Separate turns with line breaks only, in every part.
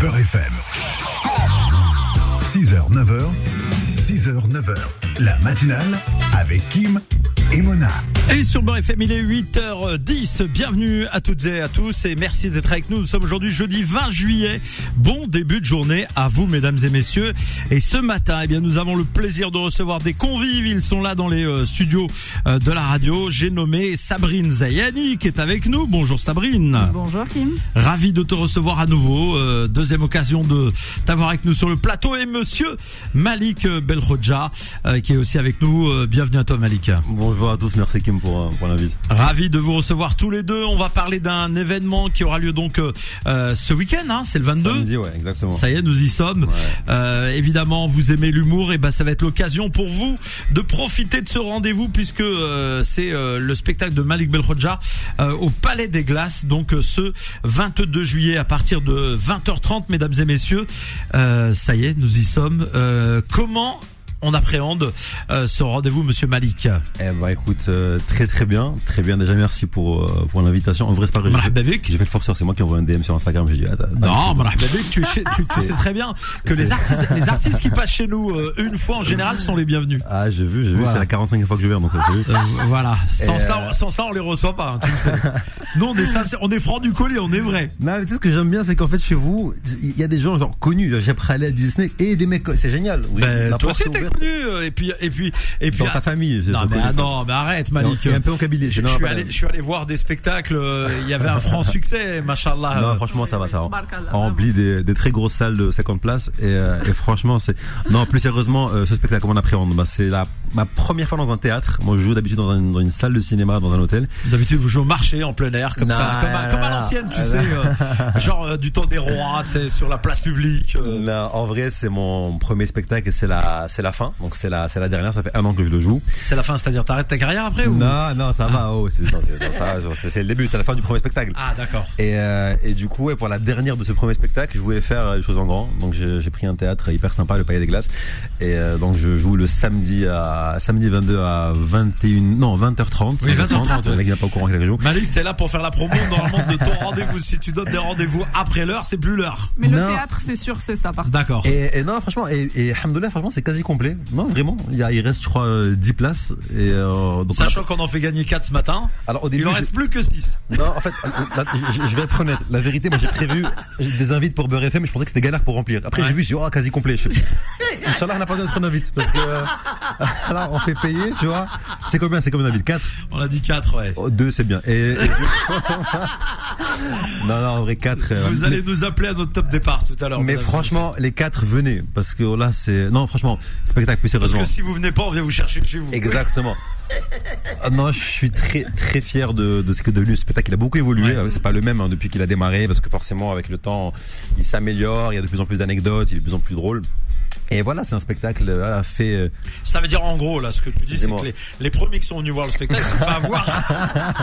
Beurre FM. 6h, 9h, 6h, 9h. La matinale avec Kim et Mona.
Et sur Beurre FM, il est 8h10. Bienvenue à toutes et à tous et merci d'être avec nous. Nous sommes aujourd'hui jeudi 20 juillet. Bon début de journée à vous, mesdames et messieurs. Et ce matin, eh bien, nous avons le plaisir de recevoir des convives. Ils sont là dans les euh, studios euh, de la radio. J'ai nommé Sabrine Zayani qui est avec nous. Bonjour Sabrine.
Bonjour Kim.
Ravi de te recevoir à nouveau. Euh, deuxième occasion de t'avoir avec nous sur le plateau. Et monsieur Malik Belroja euh, qui est aussi avec nous. Euh, bienvenue à toi Malik.
Bonjour à tous, merci Kim pour, euh, pour l'invite.
Ravi de vous recevoir tous les deux. On va parler d'un événement qui aura lieu donc euh, euh, ce week-end. Hein, C'est le 22.
Samedi, ouais, exactement.
Ça y est, nous y sommes. Euh, évidemment, vous aimez l'humour, et ben ça va être l'occasion pour vous de profiter de ce rendez-vous puisque euh, c'est euh, le spectacle de Malik Belkhodja euh, au Palais des Glaces, donc euh, ce 22 juillet à partir de 20h30, mesdames et messieurs. Euh, ça y est, nous y sommes. Euh, comment on appréhende euh, ce rendez-vous, Monsieur Malik
Eh bah écoute, euh, très très bien, très bien. Déjà merci pour, euh, pour l'invitation. En vrai, c'est pas vrai. j'ai
Marhaba
fait-
bik.
J'ai fait le forceur, c'est moi qui envoie un DM sur Instagram. J'ai dit, ah, t'as- t'as-
Non, marhaba bik, tu, es chez- tu- tu sais très bien que les
c'est-
artistes, les artistes qui passent chez nous euh, une fois en général sont les bienvenus.
Ah, j'ai vu, j'ai vu,
Voilà.
c'est la 45e fois que je viens, donc t'as vu.
Euh, voilà. Sans,
Et,
cela,
euh,
sans cela, on les reçoit pas. hein, tu le sais. Nous, on est sincères, on est franc du collier, on est vrai.
Non, mais tu sais ce que j'aime bien, c'est qu'en fait, chez vous, il y a des gens genre connus. Genre, J'ai appris à aller à Disney et des mecs, c'est génial. Oui,
Ben,
la
toi
porte
aussi,
est
t'es
Bah,
connu.
ouverte.
euh, Et puis, et puis, et puis.
Dans ta famille, j'ai-
Non
j'ai
mais,
connu.
ah, non, mais arrête, Malik.
Et un peu en Kabylie,
Je,
non,
je suis
pas
allé,
la-
je suis allé voir des spectacles. euh, Il y avait un franc succès, machallah.
Non,
euh,
franchement, ça va, ça
Barcala,
va. Rempli des, des très grosses salles de 50 places. Et, euh, et franchement, c'est. Non, plus sérieusement, euh, ce spectacle, comment on appréhende bah, C'est la, ma première fois dans un théâtre. Moi, je joue d'habitude dans, un- dans une salle de cinéma, dans un hôtel.
D'habitude, vous jouez au marché en plein air, comme
Non,
ça, comme, à-
non,
comme à
non, Ah,
l'ancienne, tu
non.
sais, euh, genre euh, du temps des rois, tu sais, sur la place publique. euh,
Là, en vrai, c'est mon premier spectacle et c'est la, c'est la fin. Donc, c'est la, c'est la dernière. Ça fait un an que je le joue.
C'est la fin, c'est-à-dire t'arrêtes ta carrière après ou
Non, non, ça va. Oh, c'est, non, c'est, non, ça va, genre, c'est- c'est le début, c'est la fin du premier spectacle.
Ah d'accord.
Et, euh, et du coup, ouais, pour la dernière de ce premier spectacle, je voulais faire euh, les choses en grand. Donc j'ai j'ai pris un théâtre hyper sympa, le Palais des Glaces. Et euh, donc je joue le samedi à samedi 22 à 21 non 20h30.
Oui, 20h30,
Le mec il n'est pas au courant qu'il a joué.
Malik, t'es là pour faire la promo normalement de ton rendez-vous. Si tu donnes des rendez-vous après l'heure, c'est plus l'heure.
Mais le
Non.
théâtre, c'est sûr, c'est ça par contre.
D'accord.
Et, et non, franchement, et, et Alhamdoulilah, franchement, c'est quasi complet. Non, vraiment, il, y a, il reste, je crois, euh, 10 places. Et euh, donc,
Sachant qu'on en fait gagner 4 ce matin,
alors au
il
début,
en
je-
reste plus que 6.
non, en fait, là, je, je vais être honnête. La vérité, moi, j'ai prévu des invites pour Beurre FM, mais je pensais que c'était galère pour remplir. Après,
Ouais.
j'ai vu, j'ai dit, oh, quasi complet. Je fais, Inch'Allah, on n'a pas besoin de prendre invite. Parce que, euh, là, on fait payer, tu vois. C'est combien, c'est combien d'invites? 4?
On a dit 4, ouais.
Oh, 2, c'est bien. Et, et du- non, non, en vrai, 4.
Vous allez nous appeler à notre top départ tout à l'heure.
Mais
mesdames et
franchement, les 4, venez. Parce que là, c'est, non, franchement, spectacle plus
messieurs.
sérieusement.
Parce que si vous venez pas, on vient vous chercher chez vous.
Exactement. Ah non, je suis très très fier de, de ce que est devenu ce spectacle. Il a beaucoup évolué. C'est pas le même hein, depuis qu'il a démarré parce que forcément avec le temps, il s'améliore. Il y a de plus en plus d'anecdotes. Il est de plus en plus drôle. Et voilà, c'est un spectacle euh, voilà, fait. euh,
Ça veut dire en gros, là, ce que tu dis, c'est
Dis-moi.
que les, les premiers qui sont venus voir le spectacle, ils sont pas à voir.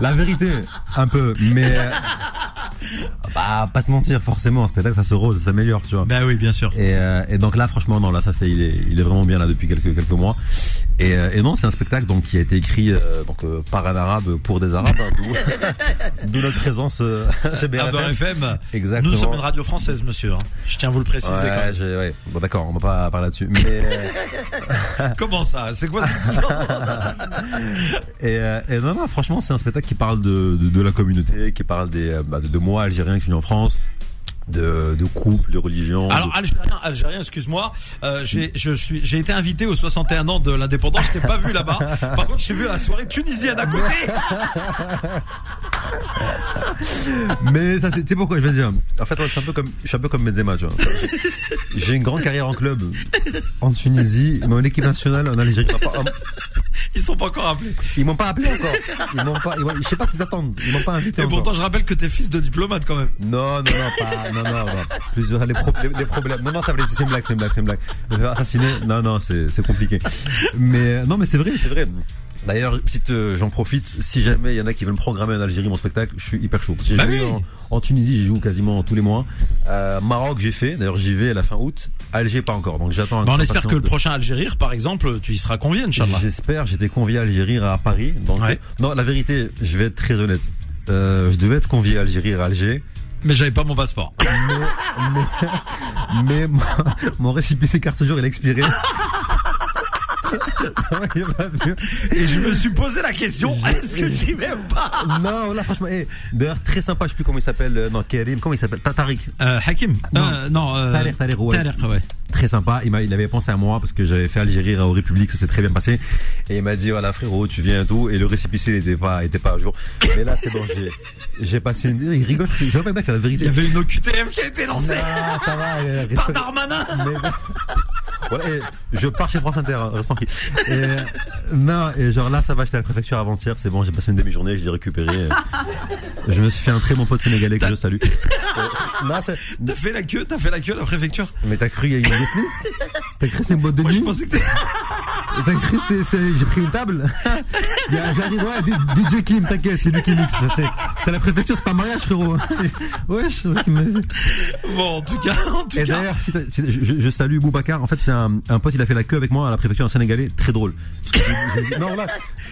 La vérité, un peu, mais euh, bah pas se mentir. Forcément, un spectacle ça se rose, ça s'améliore, tu vois.
Ben oui, bien sûr.
Et, euh, et donc là, franchement, non, là, ça fait, il est, il est vraiment bien là depuis quelques quelques mois. Et, euh, et non, c'est un spectacle donc qui a été écrit euh, donc euh, par un arabe pour des arabes, hein, d'où- d'où notre présence euh, chez BRFM.
Ardor FM.
Exactement.
Nous sommes une radio française, monsieur. hein. Je tiens à vous le préciser quand
Ouais,
même.
j'ai- ouais. Bon, d'accord, on va pas parler là-dessus. Mais euh,
Comment ça C'est quoi ce genre
et, euh, et non, non, franchement, c'est un spectacle qui parle de, de, de la communauté, qui parle des euh, bah, de, de moi algérien qui suis né en France, de, de couple, de religion.
Alors
de-
algérien, algérien, excuse-moi. Euh, j'ai, je suis, j'ai été invité aux 61 ans de l'indépendance. Je t'ai pas vu là-bas. Par contre, j'ai vu la soirée tunisienne à côté.
Mais ça, c'est tu sais pourquoi je vais dire. En fait, moi, je suis un peu comme, je suis un peu comme Benzema, tu vois. J'ai une grande carrière en club, en Tunisie, mais en équipe nationale, en Algérie. Enfin,
Ils sont pas encore appelés.
ils m'ont pas appelé encore. Ils m'ont pas, ils m'ont- je sais pas ce qu'ils attendent. Ils m'ont pas invité.
Et
encore.
pourtant, je rappelle que t'es fils de diplomate quand même.
Non, non, non, pas, non, non, non. Plus de- les, pro- les- les problèmes. Non, non, ça va, c'est une blague, c'est une blague, c'est une blague. Me faire Assassiner, non, non, c'est c'est compliqué. Mais euh, non, mais c'est vrai, c'est vrai. D'ailleurs, petite, euh, j'en profite. Si jamais il y en a qui veulent me programmer en Algérie mon spectacle, je suis hyper chaud. J'ai
Bah
joué
oui.
en, en Tunisie, j'y joue quasiment tous les mois. Euh, Maroc, j'ai fait. D'ailleurs, j'y vais à la fin août. Alger, pas encore. Donc j'attends.
Bah, on
avec
espère que le
impatience de-
prochain Algérie, par exemple, tu y seras convié, Inch'Allah.
J'espère, j'étais convié à Algérie à Paris. Donc,
Ouais.
non, la vérité, je vais être très honnête. Euh, je devais être convié à Algérie à Alger.
mais j'avais pas mon passeport.
Mais mon, mon récipicé carte jour, il a expiré. Non, il m'a vu.
Et je me suis posé la question, est-ce que j'y vais ou pas
Non, là, franchement, eh, d'ailleurs, très sympa, je sais plus comment il s'appelle, euh, non, Karim, comment il s'appelle Ta- Tariq.
euh, Hakim
Non.
Euh, non euh,
Tahrir, Tahrir, ouais.
Tahrir, ouais.
Très sympa, il, m'a- il avait pensé à moi parce que j'avais fait Algérie aux République, ça s'est très bien passé. Et il m'a dit, voilà, frérot, tu viens et tout, et le récipicé, il était pas, il était pas à jour. Mais là, c'est bon, j'ai, j'ai passé une, il rigole, c'est c'est pas une blague, c'est la
Il
vérité.
y avait une OQTF qui a été lancée
Ah, ça va, euh, respect-
par Darmanin
Mais bon. Voilà, et je pars chez France Inter, hein, reste tranquille. Et, euh, non, et genre là, ça va, j'étais à la préfecture avant-hier, c'est bon, j'ai passé une demi-journée, je l'ai récupéré. euh. Je me suis fait un très bon pote sénégalais que je salue. Euh, non, c'est-
T'as fait la queue, t'as fait la queue à la préfecture
mais t'as cru, il y a une défense T'as cru, c'est une boîte de
Moi
nuit
je pensais que t'étais-
T'as cru, c'est, c'est- j'ai pris une table Il y a- J'arrive, ouais, D- DJ Kim, t'inquiète, c'est lui qui mixe. C'est, c'est la préfecture, c'est pas un mariage, frérot. Wesh, c'est ça qui me-
Bon en tout cas, en tout
Et
cas
d'ailleurs, si t'as- si- je, je- je salue Boubacar. En fait, c'est un, un pote, il a fait la queue avec moi à la préfecture en sénégalais. Très drôle. Parce que je- je- je- non, là,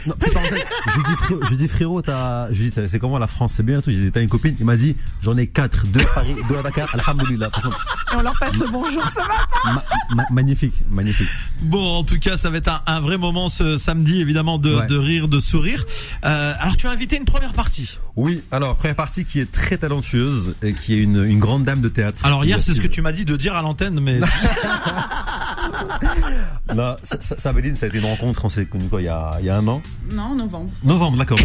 non, c'est pas vrai. Je lui dis, frérot, je lui dis, frérot, t'as, je lui dis, c'est- c'est comment la France, c'est bien et tout. Je lui dis, t'as une copine? Il m'a dit, j'en ai quatre, deux à Paris, deux à Dakar. Alhamdoulilah. Franchement,
Et on leur passe le bonjour ce matin.
ma- ma- magnifique, magnifique.
Bon, en tout cas, ça va être un, un vrai moment ce samedi, évidemment, de,
Ouais.
de rire, de sourire. Euh, alors, tu as invité une première partie.
Oui, alors, première partie qui est très talentueuse et qui est une, une grande dame de théâtre.
Alors hier, c'est ce que tu m'as dit de dire à l'antenne, mais
Là, Sa- Sa- Sabeline, ça a été une rencontre, on s'est connus quoi, il y a, il y a un an?
Non, novembre.
Novembre, d'accord.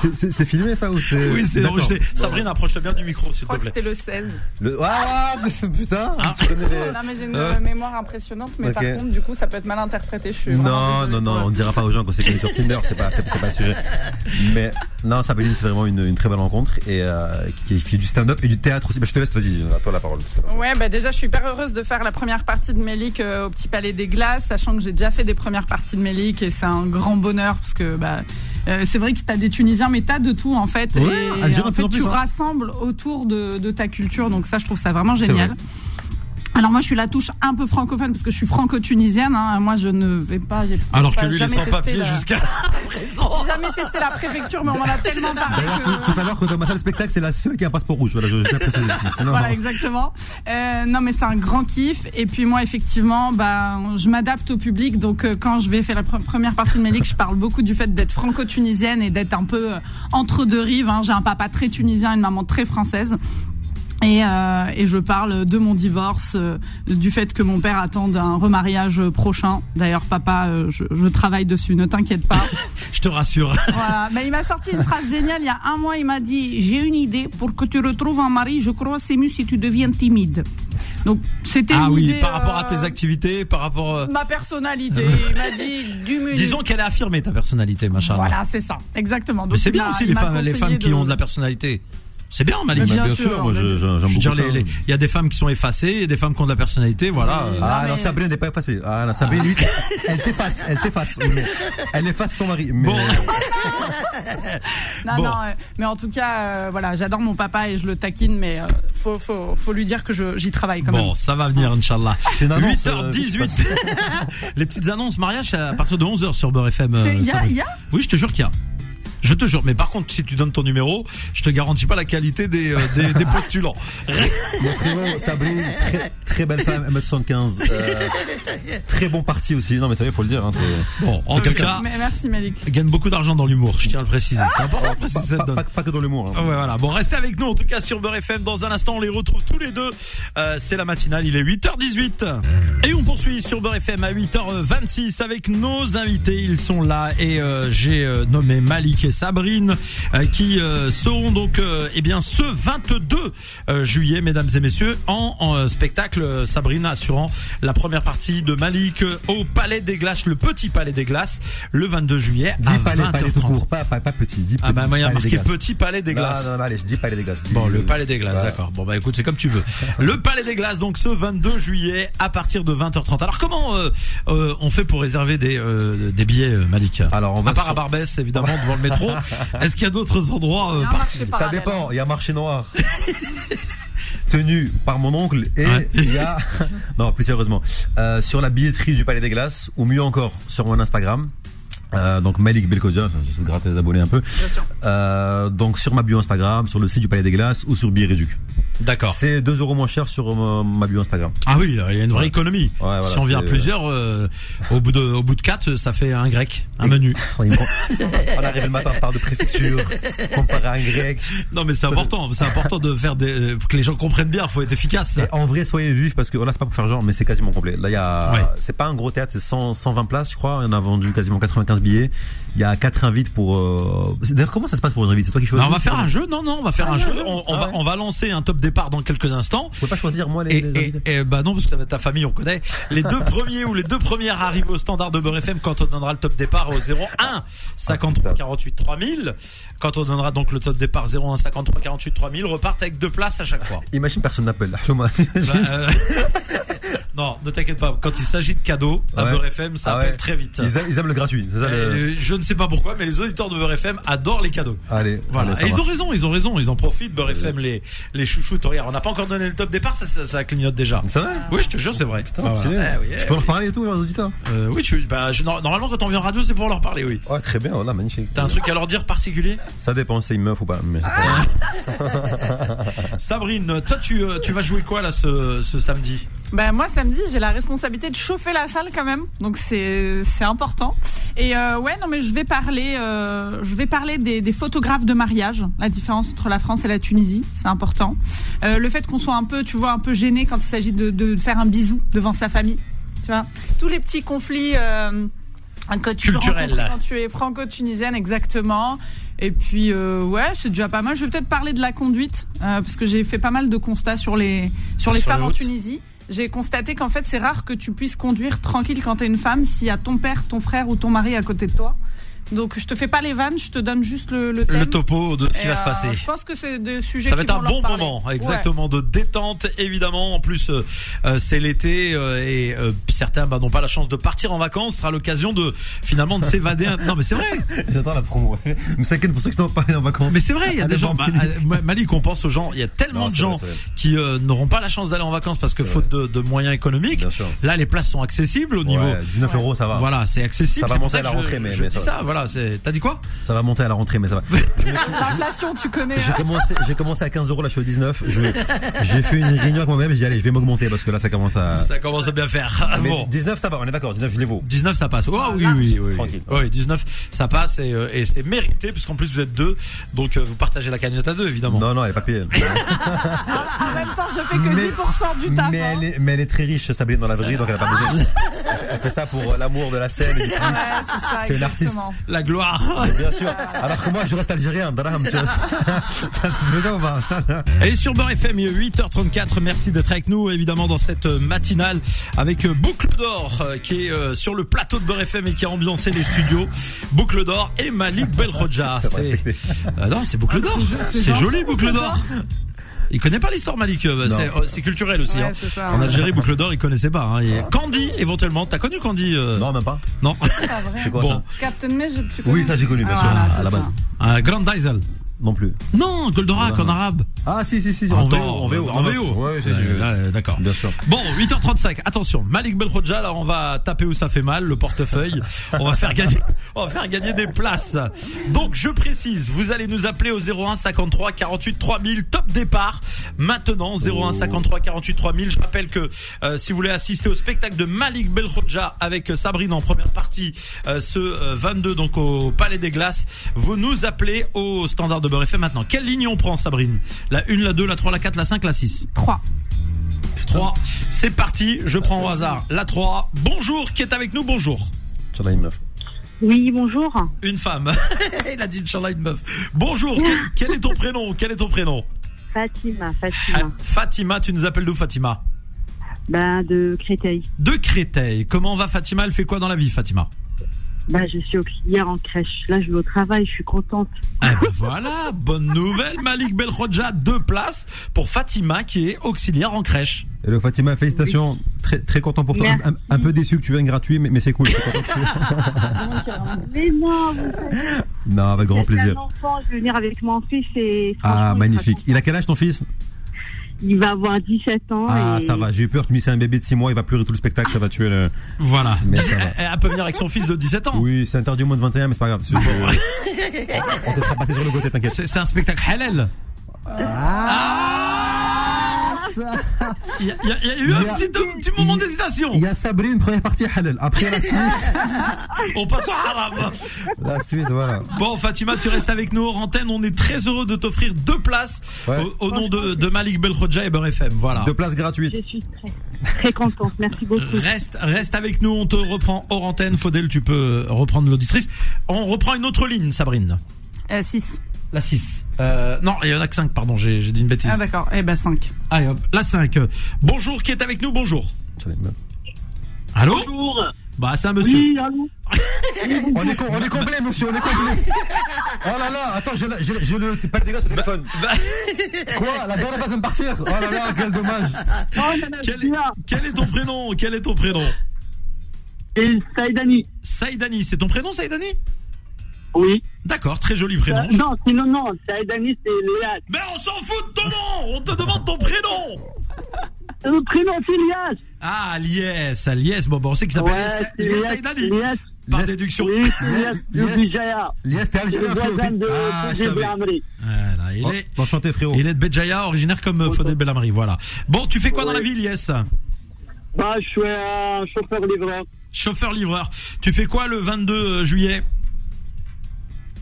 C'est- c'est c'est filmé ça ou c'est
oui, c'est
D'accord.
enregistré. Sabrine, approche-toi bien du micro, s'il
Je crois
te
que
plaît.
c'était le 16.
Le... Ah putain
Ah.
tu connais les-
Non, mais j'ai une
Euh.
mémoire impressionnante, mais par
Ok.
contre, du coup, ça peut être mal interprété. Je suis vraiment
Non,
désolée
non, non,
pour
on
le-
dira pas aux gens qu'on s'est connus sur Tinder, c'est pas, c'est, c'est pas le sujet. Mais non, Sabeline, c'est vraiment une, une très belle rencontre et euh, qui qui fait du stand-up et du théâtre aussi. Bah, je te laisse, vas-y, à toi la parole.
Ouais, bah déjà, je suis hyper heureuse de faire la première partie de Mélic euh, au Petit Palais des Glaces, sachant que j'ai déjà fait des premières parties de Mélic et c'est un grand bonheur parce que bah, euh, c'est vrai que t'as des Tunisiens, mais t'as de tout en fait.
Ouais,
et
Algérien
en
de plus
fait,
en
tu
plus, hein.
rassembles autour de, de ta culture, donc ça, je trouve ça vraiment
C'est
génial.
vrai.
Alors moi je suis la touche un peu francophone parce que je suis franco-tunisienne. hein. Moi je ne vais pas. j'ai
Alors que
pas
lui, il est
jamais
sans
testé
papier
la-
jusqu'à présent.
J'ai jamais testé la préfecture, mais on m'en a tellement parlé
D'ailleurs, faut,
que.
faut savoir que dans ma salle de spectacle, c'est la seule qui a un passeport rouge. Voilà, je, je tiens à préciser. Sinon,
Voilà, exactement. Euh, non, mais c'est un grand kiff. Et puis moi, effectivement, ben, je m'adapte au public. Donc, euh, quand je vais faire la pre- première partie de mes ligues, je parle beaucoup du fait d'être franco-tunisienne et d'être un peu euh, entre deux rives. hein. J'ai un papa très tunisien et une maman très française. Et, euh, et je parle de mon divorce, euh, du fait que mon père attend un remariage prochain. D'ailleurs, papa, euh, je- je travaille dessus, ne t'inquiète pas.
Je te rassure.
Voilà. Mais il m'a sorti une phrase géniale il y a un mois. Il m'a dit J'ai une idée pour que tu retrouves un mari. Je crois que c'est mieux si tu deviens timide. Donc c'était
Ah
une
oui,
idée,
par rapport à
euh,
tes activités, par rapport. euh,
Ma personnalité. Il m'a dit diminue.
Disons qu'elle a affirmé ta personnalité, machin.
Voilà, c'est ça, exactement.
Mais
Donc,
c'est
il
bien
m'a-
aussi
il
les
m'a
femmes, les
conseillé
femmes qui ont de la personnalité. C'est bien, Malik.
Mais
Bah,
bien
bien
sûr,
sûr, moi, je- je- j'aime
Je veux
beaucoup
dire,
ça.
les- les- il y a des femmes qui sont effacées, il y a des femmes qui ont de la personnalité, voilà.
Mais-
Ah
Non,
non,
mais-
Sabrina n'est pas effacée. Ah non, Sabrina, lui, elle t'efface, elle t'efface. Mais Elle efface son mari. Mais
Bon,
Non,
Bon.
non, euh, mais en tout cas, euh, voilà, j'adore mon papa et je le taquine, mais euh, faut, faut, faut lui dire que je- j'y travaille quand Ah,
bon, ça va venir, Inch'Allah.
C'est une annonce, euh,
8h18. Les petites annonces mariage c'est à partir de 11h sur Beurre FM.
même. C'est-
euh,
Il y a,
samedi.
il y a
Oui, je te jure qu'il y a. Je te jure, mais par contre, si tu donnes ton numéro, je te garantis pas la qualité des, euh, des, des postulants.
Mon frérot, Sabrina, très, très belle femme, M75. euh, très bon parti aussi. Non, mais sérieux, faut le dire. Hein, c'est-
Bon, en tout cas,
Mais merci Malik.
gagne beaucoup d'argent dans l'humour, je tiens à le préciser. C'est important de
pas,
préciser cette
pas-
donne. Ah
pas- pas que dans l'humour.
Ouais,
Hein.
voilà. Bon, restez avec nous, en tout cas, sur Beurre FM. Dans un instant, on les retrouve tous les deux. Euh, c'est la matinale, il est 8h18. Et on poursuit sur Beurre FM à 8h26 avec nos invités. Ils sont là et euh, j'ai euh, nommé Malik et Sabrine euh, qui euh, seront donc, euh, eh bien, ce 22 euh, juillet, mesdames et messieurs, en, en, euh, spectacle. euh, Sabrine assurant la première partie de Malik euh, au Palais des Glaces, le petit Palais des Glaces, le 22 juillet
Dis
à
palais, palais tout
20h30.
court, pas, pas, pas petit. Dis
Ah bah moi il y a
palais des
marqué
glaces.
petit palais des glaces.
Non, non, non, allez, je dis palais des glaces.
Bon, le Palais des Glaces,
Voilà.
d'accord. Bon, bah écoute, c'est comme tu veux. Le Palais des Glaces, donc ce 22 juillet à partir de 20h30. Alors comment euh, euh, on fait pour réserver des, euh, des billets, euh, Malik
Alors, on va
À part
sur-
à Barbès, évidemment, devant le métro. Est-ce qu'il y a d'autres endroits euh,
Il y a un
par-
marché
Ça
parallèle.
dépend, il y a marché noir. tenu par mon oncle et
Ouais.
il y a non plus sérieusement euh, sur la billetterie du Palais des Glaces ou mieux encore sur mon Instagram Euh, donc Malik Belkoja, j'essaie de gratter les abonnés un peu. Euh, donc sur ma bio Instagram, sur le site du Palais des Glaces ou sur Billet Réduc.
D'accord.
C'est 2 euros moins cher sur ma, ma bio Instagram.
Ah oui, là, il y a une vraie
Ouais.
économie.
Ouais, voilà,
si on vient à
c'est-
plusieurs, euh, au bout de, au bout de quatre, ça fait un grec, un menu.
On est- on arrive le matin par de préfecture, comparé à un grec.
Non, mais c'est important. C'est important de faire des, euh, que les gens comprennent bien. Faut être efficace.
Et en vrai, soyez vifs parce que oh là, c'est pas pour faire genre, mais c'est quasiment complet. Là, il y a,
Ouais.
c'est pas un gros théâtre, c'est 100 120 places, je crois. On a vendu quasiment 95 billets. Il y a 4 invites pour, euh... c'est- D'ailleurs, comment ça se passe pour une invite? C'est toi qui
Non,
choisis?
on va faire
tu
un jeu. Non, non, on va faire
Ah,
un
un
jeu.
jeu.
On, on
Ah
va,
ouais.
on va lancer un top départ dans quelques instants.
peux pas choisir, moi, les,
Et,
les invités.
et- et bah non parce que ça va être ta famille on connaît les deux premiers ou les deux premières arrivent au standard de Beurre FM quand on donnera le top départ au 01
Ah,
53 48 3000 quand on donnera donc le top départ 01 53 48 3000 repartent avec deux places à chaque fois
Imagine, personne n'appelle, là. Thomas.
Bah, euh, non ne t'inquiète pas quand il s'agit de cadeaux à
Ouais.
Beurre FM ça
Ah ouais.
appelle très vite
Ils aiment, ils aiment le gratuit. c'est ça, le-
Euh, je ne sais pas pourquoi mais les auditeurs de Beurre FM adorent les cadeaux
Allez.
voilà,
allez, ça
Et ils
marche.
ont raison, ils ont raison, ils en profitent. Beurre FM, les les chouchoutes. Regarde, on n'a pas encore donné le top départ, ça, ça, ça clignote déjà.
C'est vrai?
Oui, je te jure, c'est vrai.
Putain,
Ah,
stylé.
voilà. Eh oui, eh
je peux
oui.
leur parler et tout, hein, aux auditeurs.
Euh, oui, tu, bah, je- no- normalement, quand on vient en radio, c'est pour leur parler, oui.
Oh, très bien, voilà, magnifique.
T'as un truc à leur dire particulier
Ça dépend, c'est une meuf ou pas. mais-
Ah. Sabrine, toi, tu, euh, tu vas jouer quoi, là, ce, ce samedi
Bah moi samedi j'ai la responsabilité de chauffer la salle quand même donc c'est c'est important et euh, ouais non mais je vais parler euh, je vais parler des, des photographes de mariage la différence entre la France et la Tunisie c'est important Euh, le fait qu'on soit un peu tu vois un peu gêné quand il s'agit de, de faire un bisou devant sa famille tu vois tous les petits conflits euh, que tu
Culturels,
rencontres
là.
quand tu es franco-tunisienne exactement et puis euh, ouais c'est déjà pas mal je vais peut-être parler de la conduite euh, parce que j'ai fait pas mal de constats sur les sur les
Sur les
femmes en
routes.
Tunisie j'ai constaté qu'en fait, c'est rare que tu puisses conduire tranquille quand t'es une femme s'il y a ton père, ton frère ou ton mari à côté de toi. Donc, je te fais pas les vannes, je te donne juste le, le thème.
Le topo de ce qui
Et,
va se
euh,
passer.
Je pense que c'est des sujets
Ça va
qui
être un
vont leur
bon
parler.
moment,
Ouais.
exactement, de détente, évidemment. En plus, euh, euh, c'est l'été euh, et euh, certains bah, n'ont pas la chance de partir en vacances. Ce sera l'occasion de finalement de s'évader. un- Non, mais c'est vrai.
J'attends la promo. Mais c'est pour ceux qui sont pas allés en vacances.
Mais c'est vrai, il y a
Allez,
des gens.
bon,
bah, euh, Malik, on pense aux gens. Il y a tellement
Non,
de
c'est vrai,
gens
c'est vrai.
qui euh, n'auront pas la chance d'aller en vacances parce que
C'est
faute de, de moyens économiques.
Bien sûr.
Là, les places sont accessibles au niveau.
Ouais, 19 euros, ça va.
Voilà, c'est accessible.
Ça va
c'est pour
monter à
que
la
je-
rentrée, mais-
je
mais
dis
ça
ça,
va.
voilà. c'est- T'as dit quoi
Ça va monter à la rentrée, mais ça va.
L'inflation, tu connais.
J'ai
hein.
commencé, j'ai commencé à 15 euros, là je suis au 19. Je- J'ai fait une réunion avec moi-même, j'ai dit allez, je vais m'augmenter parce que là ça commence à.
Ça commence à bien faire.
Ah, Mais
Bon.
19 ça va, on est d'accord, 19 je les vaux.
19 ça passe. Oh oui oui oui.
Tranquille.
Oui, 19 ça passe et, euh, et c'est mérité puisqu'en plus vous êtes deux donc euh, vous partagez la cagnotte à deux évidemment.
Non, non, elle est pas payée.
En même temps, je fais que
Mais-
10% du taf.
mais,
hein.
elle est, mais elle est très riche, Sabine, dans la vraie vie, donc elle a pas besoin. Elle fait ça pour euh, l'amour de la scène. et du
Ouais,
public.
c'est ça,
C'est une
exactement.
La gloire.
Bien sûr. Alors que moi, je reste algérien. Darham, tu vois. Tu vois ce que je veux dire ou pas
Et sur Beurre FM, il est 8h34, merci d'être avec nous, évidemment, dans cette euh, matinale avec euh, Boucle d'Or, euh, qui est euh, sur le plateau de Beurre FM et qui a ambiancé les studios. Boucle d'Or et Malik Belroja. C'est,
respecté.
Ah non, c'est Boucle d'Or. C'est joli, Boucle d'Or. Il connaît pas l'histoire, Malik. euh,
Non.
C'est, euh, c'est culturel aussi.
Ouais,
hein.
c'est ça,
En
ouais.
Algérie, Boucle d'Or, il connaissait pas. hein. Et Candy, éventuellement. T'as connu Candy euh,
Non, même pas.
Non.
Pas vrai.
C'est quoi
Bon.
ça
Captain May, je- tu connais
Oui, ça j'ai connu, bien
Ah,
sûr,
voilà,
à la
c'est
base.
ça.
Euh, Grand Diesel.
Non plus.
Non, Goldorak en arabe.
Ah, si, si, si, si, en
Attends,
VO. En VO.
en VO.
Ouais, c'est
Ouais, ouais, euh, D'accord.
Bien sûr.
Bon, 8h35. Attention, Malik Belkhodja, là, on va taper où ça fait mal, le portefeuille. on va faire gagner, on va faire gagner des places. Donc, je précise, vous allez nous appeler au 01 53 48 3000, top départ. Maintenant, 01 53 48 3000. Je rappelle que euh, si vous voulez assister au spectacle de Malik Belkhodja avec Sabrine en première partie, euh, ce euh, 22, donc au Palais des Glaces, vous nous appelez au standard de Beurre FM maintenant. Quelle ligne on prend, Sabrine? La 1, la 2, la 3, la 4, la 5, la 6.
3.
3. C'est parti, je prends au hasard la 3. Bonjour, qui est avec nous Bonjour.
J'en ai une meuf.
Oui, bonjour.
Une femme. Il a dit Inch'Allah une meuf. Bonjour, quel, quel est ton prénom Quel est ton prénom Euh,
Fatima,
Ah.
Fatima.
Fatima, tu nous appelles d'où Fatima
Ben, de Créteil.
De Créteil. Comment va Fatima Elle fait quoi dans la vie Fatima
Ben, je suis auxiliaire en crèche. Là, je vais au travail, je suis contente.
Ah ben voilà, bonne nouvelle Malik Belkhodja, deux places pour Fatima qui est auxiliaire en crèche.
Hello Fatima, félicitations. Très, très content pour toi. Un- Un, un peu déçu que tu viennes gratuit, mais, mais c'est cool. je suis content que tu-
Mais non, vous
non, avec grand
êtes un
plaisir.
enfant, je vais venir avec mon fils et...
Ah,
franchement,
magnifique.
je
Il a quel âge ton fils
serai contente. Il va avoir 17 ans.
Ah,
et-
ça va, j'ai eu peur. Tu me dis, c'est un bébé de 6 mois, il va pleurer tout le spectacle, ça va tuer le.
Voilà.
Mais ça va.
Elle, elle peut venir avec son fils de 17 ans.
Oui, c'est interdit au moins de 21, mais c'est pas grave. c'est- On te fera passer sur le côté, t'inquiète.
C'est c'est un spectacle halal.
Ça-
Il y, a- il y a- il y a eu
Il y
un
a-
petit, un petit moment
il-
d'hésitation.
Il y a Sabrine, première partie halal. Après la suite,
On passe au haram.
la suite, voilà.
Bon, Fatima, tu restes avec nous hors antenne. On est très heureux de t'offrir deux places
Ouais.
au, au nom de, de Malik Belkhodja et Beurre FM. Voilà.
Deux places gratuites.
Je suis très, très contente. Merci beaucoup.
Reste, reste avec nous. On te reprend hors antenne. Faudel, tu peux euh, reprendre l'auditrice. On reprend une autre ligne, Sabrine.
6.
La 6. Euh, non, il y en a que 5, pardon, j'ai j'ai dit une bêtise.
Ah d'accord, eh ben 5.
Allez hop, la 5. Bonjour, qui est avec nous Bonjour. Allô
Bonjour.
Bah, c'est un monsieur.
Oui, allô.
On est, com- on est complet, monsieur, on est complet. Oh là là, attends, j'ai le- j'ai le- j'ai le. T'es pas le dégât sur le téléphone.
Bah,
Quoi La dernière phase de me partir Oh là là, quel dommage.
Oh, là là,
quel, est,
bien.
quel est ton prénom Quel est ton prénom
Et Saïdani.
Saïdani, c'est ton prénom Saïdani
Oui.
D'accord, très joli prénom.
Euh, non, sinon, non. Saïdani, c'est Léas.
Mais on s'en fout de ton nom On te demande ton prénom
Le Euh, prénom, c'est Léas.
Ah, Aliès, Aliès, bon, bon, on sait qu'il s'appelle
Ouais,
Sa-
c'est
Aliès
Léas,
Saïdani,
c'est Léas.
par
Yes.
déduction.
Oui, c'est Léas du
Yes.
Bijaya.
Lies, t'es
Le
algérien, frérot.
voisin de
Ah, je
Boujib
savais.
Amri.
Voilà, il est...
Oh, Enchanté, frérot.
Il est de Béjaïa, originaire comme euh, Faudel Bellamri, voilà. Bon, tu fais quoi dans la vie, Ilyes
Bah, je suis un chauffeur livreur.
Chauffeur-livreur. Tu fais quoi le 22 juillet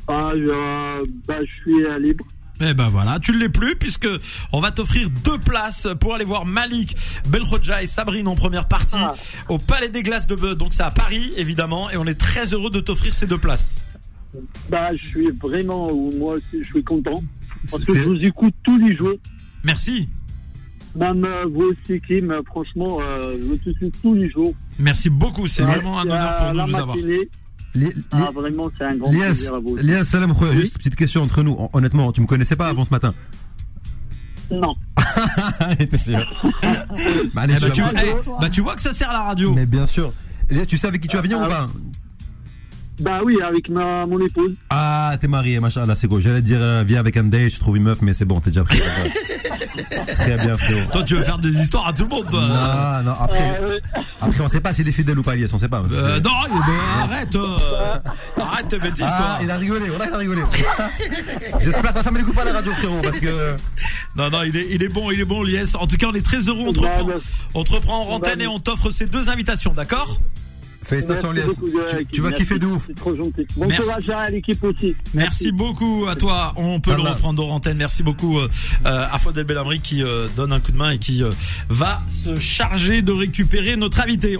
Bah, je, bah, je suis euh, libre.
Eh ben voilà, tu ne l'es plus puisque on va t'offrir deux places pour aller voir Malik Belkhodja et Sabrine en première partie
Ah.
au Palais des Glaces de Beu. Donc c'est à Paris évidemment et on est très heureux de t'offrir ces deux places.
Bah, je suis vraiment, ou moi aussi, je suis content. Parce que
C'est-
je vous écoute tous les jours.
Merci.
Même euh, vous aussi, Kim, euh, franchement, euh, je vous suis tous les jours.
Merci beaucoup, c'est vraiment un
Merci à
honneur pour nous
la
de vous avoir.
matinée.
Li- li-
Ah, vraiment, c'est un grand
Lies,
plaisir à vous.
Lies, salam, frérot. Juste petite question entre nous. Hon- Honnêtement, tu me connaissais pas avant ce matin.
Non.
Ah, il était sûr. Bah, allez,
Eh ben,
je la
tu,
vois.
eh, bah, tu vois que ça sert à la radio.
Mais bien sûr. Lies, tu sais avec qui tu vas venir
Ah,
ou pas
Bah oui, avec ma, mon épouse.
Ah, t'es marié, machin. Là, c'est quoi J'allais te dire, euh, viens avec un date, je trouve une meuf, mais c'est bon, t'es déjà pris. Très bien, frérot.
Toi tu veux faire des histoires à tout le monde. toi.
Non, non, après,
Euh,
après, on sait pas s'il est fidèle ou pas, Lies, on sait pas.
Bah. Euh,
C'est-
non, eh ben, arrête, euh, arrête tes bêtises
Ah,
toi.
il a rigolé, voilà, il a rigolé. J'espère que ta femme elle écoute pas la radio, frérot, parce que.
Ah.
Non, non, il est, il est bon, il est bon, Lies. En tout cas, on est très heureux. On te
Bah,
reprend,
bah.
on te reprend en antenne
bah.
et on t'offre ces deux invitations, d'accord
Félicitations, Lies.
merci beaucoup,
Tu,
Joël,
tu vas
merci.
kiffer de ouf.
C'est trop gentil. Bon
Merci.
courage à l'équipe aussi.
Merci beaucoup à toi. On peut
Pas
le
mal.
reprendre en antenne. Merci beaucoup euh, euh, à Faudel Bellamri qui euh, donne un coup de main et qui euh, va se charger de récupérer notre invité.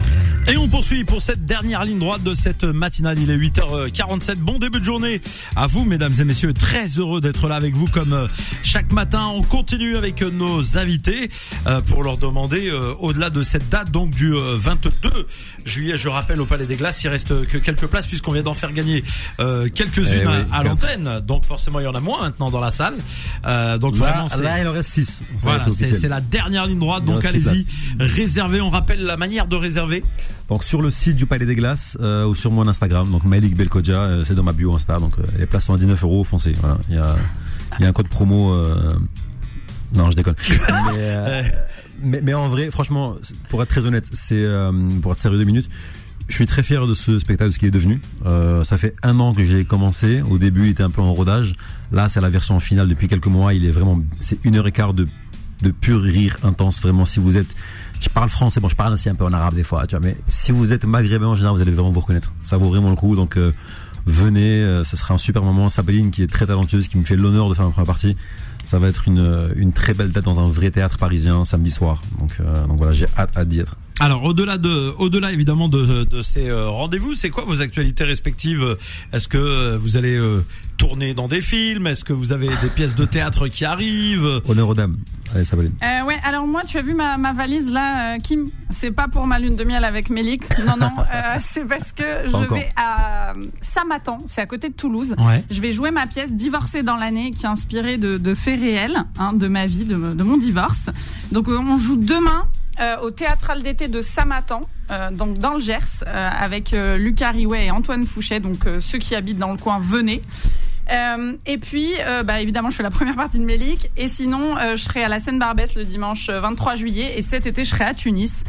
Et on poursuit pour cette dernière ligne droite de cette matinale. Il est 8h47. Bon début de journée à vous, mesdames et messieurs. Très heureux d'être là avec vous comme euh, chaque matin. On continue avec euh, nos invités euh, pour leur demander euh, au-delà de cette date donc du euh, 22 juillet. Je rappelle au Palais des Glaces, il reste euh, que quelques places puisqu'on vient d'en faire gagner euh, quelques-unes
Eh oui,
à, à
bien.
l'antenne. Donc forcément, il y en a moins maintenant dans la salle. Euh, donc
Là,
vraiment, c'est
Bah, là, il en reste 6.
voilà, c'est c'est la dernière ligne droite.
Il
Donc
reste six
allez-y, réservez. On rappelle la manière de réserver.
Donc sur le site du Palais des Glaces euh, ou sur mon Instagram, donc Malik Belkodja, euh, c'est dans ma bio Insta, donc euh, les places sont à 19 euros, foncez. Voilà. Il y a, il y a un code promo. euh, Non, je déconne. mais, euh, mais, mais en vrai, franchement, c'est- pour être très honnête, c'est euh, pour être sérieux deux minutes. Je suis très fier de ce spectacle, de ce qu'il est devenu. Euh, ça fait un an que j'ai commencé. Au début, il était un peu en rodage. Là, c'est la version finale depuis quelques mois. Il est vraiment, c'est une heure et quart de de pur rire intense. Vraiment, si vous êtes, je parle français, bon, je parle aussi un peu en arabe des fois, tu vois, mais si vous êtes maghrébin en général, vous allez vraiment vous reconnaître. Ça vaut vraiment le coup. Donc, euh, venez, euh, ce sera un super moment. Sabeline, qui est très talentueuse, qui me fait l'honneur de faire ma première partie. Ça va être une, euh, une très belle date dans un vrai théâtre parisien samedi soir. Donc, euh, donc voilà, j'ai hâte, hâte d'y être.
Alors au-delà de, au-delà évidemment de, de ces euh, rendez-vous, c'est quoi vos actualités respectives Est-ce que euh, vous allez euh, tourner dans des films Est-ce que vous avez des pièces de théâtre qui arrivent
Honneur aux dames. Allez, Sabeline.
Euh, ouais, alors moi, tu as vu ma, ma valise là, euh, Kim C'est pas pour ma lune de miel avec Mélic. Non, non, euh, c'est parce que je
encore.
vais à Samatan, c'est à côté de Toulouse.
Ouais.
Je vais jouer ma pièce Divorcée dans l'année qui est inspirée de, de faits réels, hein, de ma vie, de, de mon divorce. Donc euh, on joue demain euh, au théâtral d'été de Samatan, euh, donc dans le Gers, euh, avec euh, Lucas Riouet et Antoine Fouchet. Donc euh, ceux qui habitent dans le coin, venez. Euh, et puis, euh, bah, évidemment, je fais la première partie de Mélic. Et sinon, euh, je serai à la Seine-Barbès le dimanche euh, 23 juillet. Et cet été, je serai à Tunis.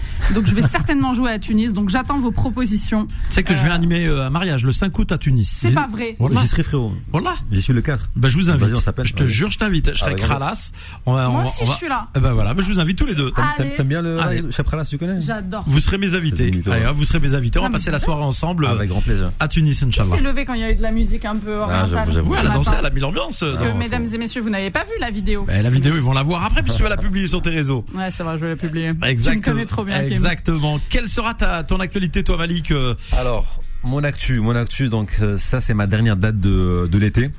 Donc, je vais certainement jouer à Tunis. Donc, j'attends vos propositions.
Tu sais que je vais
Euh,
animer euh, un mariage le 5 août à Tunis.
C'est pas vrai.
Voilà.
J'y serai frérot.
Voilà.
J'y suis le 4.
Bah, je vous invite.
Vas-y, Ah, bah, on s'appelle.
je te
Ouais.
jure, je t'invite. Je serai
Avec
cralas. On va,
Moi
on va-
aussi,
on va-
je suis là.
Eh ben voilà, bah, je vous invite tous les deux.
Ah.
T'aimes
Allez.
t'aimes bien le,
Allez.
le chapralas, tu connais
J'adore.
Vous serez mes invités.
C'est mytho,
Allez,
ouais.
hop, vous serez mes invités. On va
Ah, mais
passer la
c'est
soirée ensemble euh,
Avec grand plaisir.
à Tunis,
Qui
Inch'Allah.
s'est levé quand il y a eu de la musique un
Ah,
peu orientale
j'avoue, j'avoue.
ce
Ouais, elle a dansé,
matin
elle a mis l'ambiance. euh,
Parce
dans-
que,
Non,
mesdames
faut-
et messieurs, vous n'avez pas vu la vidéo.
Bah, la vidéo, ils vont la voir après, puisque tu vas la publier sur tes réseaux.
Ouais, ça va, je vais la publier.
Exactement.
Tu me connais trop bien, Kim.
Exactement. Quelle sera ta, ton actualité, toi, Malik euh,
Alors, mon actu, mon actu, donc euh, ça c'est ma dernière date de, de l'été.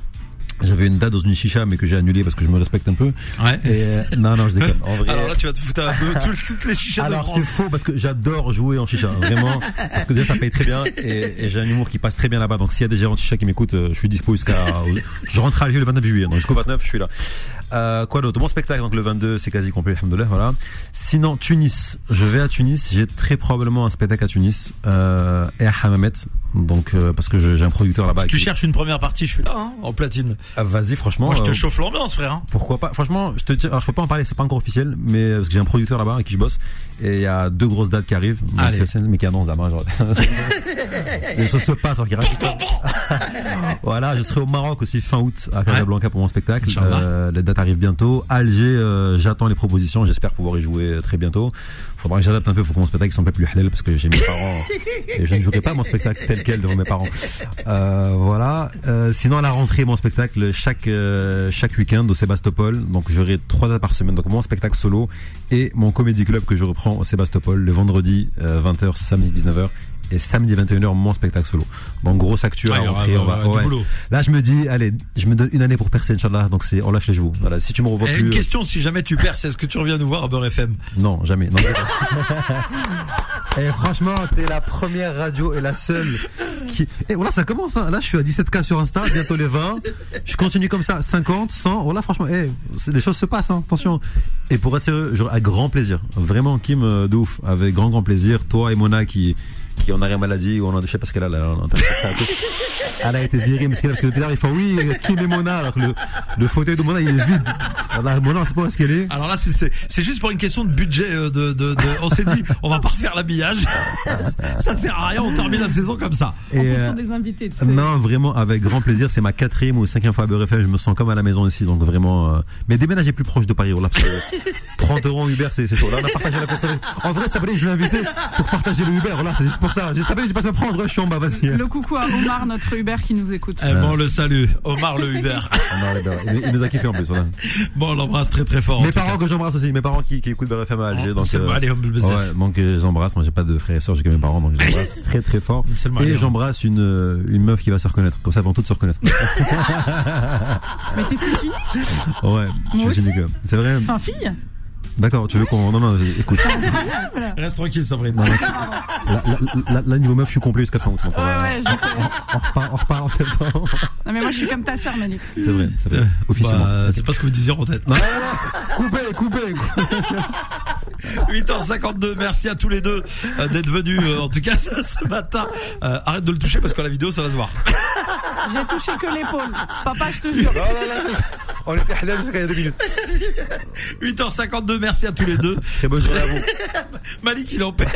J'avais une date dans une chicha mais que j'ai annulée parce que je me respecte un peu.
Ouais.
Et euh, non non je déconne. En vrai.
Alors là, tu vas te foutre un peu tout- toutes les chichas de
Alors c'est
France.
faux parce que j'adore jouer en chicha, vraiment. Parce que déjà ça paye très bien et, et j'ai un humour qui passe très bien là-bas. Donc s'il y a des gérants de chicha qui m'écoutent, euh, je suis dispo jusqu'à. Je rentre à Alger le 29 juillet, donc jusqu'au 29 je suis là. Euh, quoi d'autre Bon spectacle donc le 22 c'est quasi complet, alhamdoulilah, voilà. Sinon Tunis, je vais à Tunis, j'ai très probablement un spectacle à Tunis euh, et à Hammamet. Donc euh, parce que je- j'ai un producteur là-bas.
Si tu
qui-
cherches une première partie, je suis là, hein, en platine.
Ah, Vas-y franchement.
Moi, je te
euh,
chauffe l'ambiance, frère. hein.
pourquoi pas Franchement, je te dis, alors je peux pas en parler, c'est pas encore officiel, mais euh, parce que j'ai un producteur là-bas avec qui je bosse et il y a deux grosses dates qui arrivent. Donc,
Allez.
c'est- Mais qui annoncent là-bas. Genre... Les choses se passent. alors qu'il reste-
Ah,
voilà, je serai au Maroc aussi fin août à Casablanca pour mon spectacle.
Inch'Allah.
Euh, les dates arrivent bientôt. Alger, euh, j'attends les propositions. J'espère pouvoir y jouer euh, très bientôt. Faudra que j'adapte un peu. Faut que mon spectacle soit un peu plus halal parce que j'ai mes parents et je ne jouerai pas mon spectacle tel quel devant mes parents. Euh, voilà. Euh, sinon à la rentrée, mon spectacle chaque euh, chaque week-end au Sébastopol. Donc j'aurai trois dates par semaine. Donc mon spectacle solo et mon comédie club que je reprends au Sébastopol le vendredi 20h, samedi 19h. Et samedi 21h, mon spectacle solo. Donc, grosse actu à
Ouais,
la
Ah, il y aura-
rentrée, on va-
il y aura
ouais.
du boulot.
Là, je me dis, allez, je me donne une année pour percer, Inch'Allah. Donc, c'est, on lâche les chevaux. Voilà, si tu me revois
Et
plus.
Eh, une
euh,
question, si jamais tu perds, c'est est-ce que tu reviens nous voir à Beurre FM
Non, jamais. Non, Et Eh, franchement, t'es la première radio et la seule qui. Et voilà, ça commence. hein. Là, je suis à 17K sur Insta, bientôt les 20. Je continue comme ça, 50, 100. Voilà, franchement, eh, c'est des choses se passent, hein, attention. Et pour être sérieux, genre, à grand plaisir. Vraiment, Kim, euh, de ouf. Avec grand, grand plaisir. Toi et Mona qui, qui en arrêt maladie, ou en a, je sais pas ce qu'elle a là. là, en termes de- Elle a été virée, mais parce que depuis tard, ils font oui, euh, Kim et Mona. Alors que le, le fauteuil de Mona, il est vide. Alors, Mona, on sait pas où est-ce qu'elle est.
Alors là, c'est- c'est c'est juste pour une question de budget. euh, De, de, de- on s'est dit, on va pas refaire l'habillage. ça sert à rien, on termine la saison comme ça.
Et,
En
euh,
fonction des invités, tu sais.
Non, vraiment, avec grand plaisir. C'est ma quatrième ou cinquième fois à Beurre FM. Je me sens comme à la maison ici. Donc vraiment. euh, Mais déménager plus proche de Paris. Voilà, parce que 30 euros en Uber, c'est c'est chaud. Là, on a partagé la course. En vrai, Sabrina, je l'ai invité pour partager le Uber. Voilà, c'est juste pour ça. J'ai Sabrina, tu passes me prendre. Je suis en bas, vas-y.
Le coucou à Omar, notre Uber qui nous écoute.
Eh, bon, le salut. Omar le Hubert.
Ah Non, les Beurre, Il il nous a kiffé en plus. Voilà.
Bon, on l'embrasse très très fort. en
Mes
tout
parents que j'embrasse aussi. Mes parents qui, qui écoutent Beurre FM à Alger.
Oh,
donc, euh,
c'est bon, allez, humble baiser.
ouais, donc euh, j'embrasse. Moi, j'ai pas de frères et sœurs. J'ai que mes parents. Donc j'embrasse très très fort.
C'est le
Et
mariage.
j'embrasse une, euh, une meuf qui va se reconnaître. Comme ça, elles vont toutes se reconnaître.
Mais t'es fils unique,
Ouais. je suis
aussi.
unique, ouais. C'est vrai.
enfin fille.
D'accord, tu veux qu'on. Non, non, écoute.
cas. Reste tranquille, Sabrine.
Là, là, là, là, niveau meuf, je suis complet jusqu'à fin août. donc on
Ouais,
va-
ouais, je sais.
On repart, on repart en septembre.
Non, mais moi, je suis comme ta sœur, Malik.
C'est vrai, c'est vrai. Officiellement.
Bah, c'est pas ce que vous disiez en tête.
Coupez, coupez, coupez.
8h52, merci à tous les deux euh, d'être venus, euh, en tout cas ce ce matin. Euh, arrête de le toucher parce que la vidéo ça va se voir.
J'ai touché que l'épaule. Papa, je te jure.
On était halal jusqu'à il y a deux minutes.
8h52, merci à tous les deux.
Très bonne journée à vous.
Malik il en perd.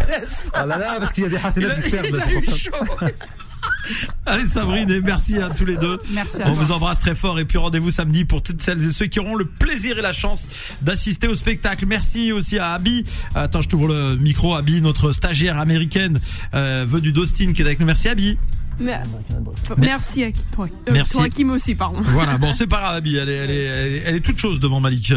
Ah là là, parce qu'il y a des
Il
hasanats
a,
qui se perdent.
il
là,
a
c'est
eu
pour ça.
chaud. Allez Sabrine et merci à tous les deux.
Merci à
On
toi.
vous embrasse très fort et puis rendez-vous samedi pour toutes celles et ceux qui auront le plaisir et la chance d'assister au spectacle. Merci aussi à Abby. Attends, je t'ouvre le micro. Abby, notre stagiaire américaine euh, venue d'Austin qui est avec nous. Merci Abby.
Mais- Merci à qui- toi. Euh,
Merci.
Toi, Kim aussi, pardon.
Voilà, bon c'est pas grave Abby, elle est, elle est, elle est, elle est toute chose devant Malik.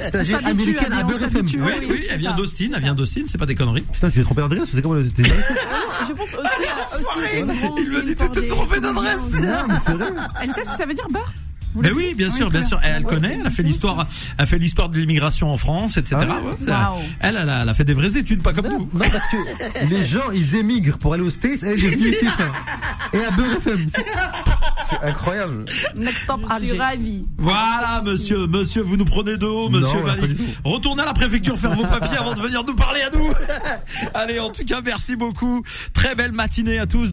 Stagiaire
s'habitue
américaine
à
à
bien, on
Beurre FM.
s'habitue.
Oui,
Oui,
oui,
oui,
elle
c'est
vient
ça,
d'Austin,
c'est
elle vient
ça.
d'Austin, c'est pas des conneries.
Putain, tu t'es trompé d'adresse C'est comment le. t'es-
Je pense aussi à aussi
Ah, Il
au grand
lui a dit,
film
t'étais
par des-
trompé d'adresse.
Non, mais c'est vrai.
Elle sait ce que Ah, ça veut dire, beurre
Mais oui, bien sûr, bien sûr. Elle, elle connaît, elle a fait l'histoire, elle fait l'histoire de l'immigration en France, etc.
Ah ouais
Ouais, ça-
Waouh.
Elle, elle a, elle a fait des vraies études, pas comme
Non,
nous.
non, parce que les gens, ils émigrent pour aller aux States. Elle est venue ici, frère. Et à Beurre FM. C'est- C'est incroyable.
Next stop,
Je suis
Alger.
ravie.
Voilà, monsieur, monsieur, vous nous prenez de haut, monsieur
Non, ouais, pas
Malik.
du tout.
Retournez à la préfecture faire vos papiers avant de venir nous parler à nous. Allez, en tout cas, merci beaucoup. Très belle matinée à tous.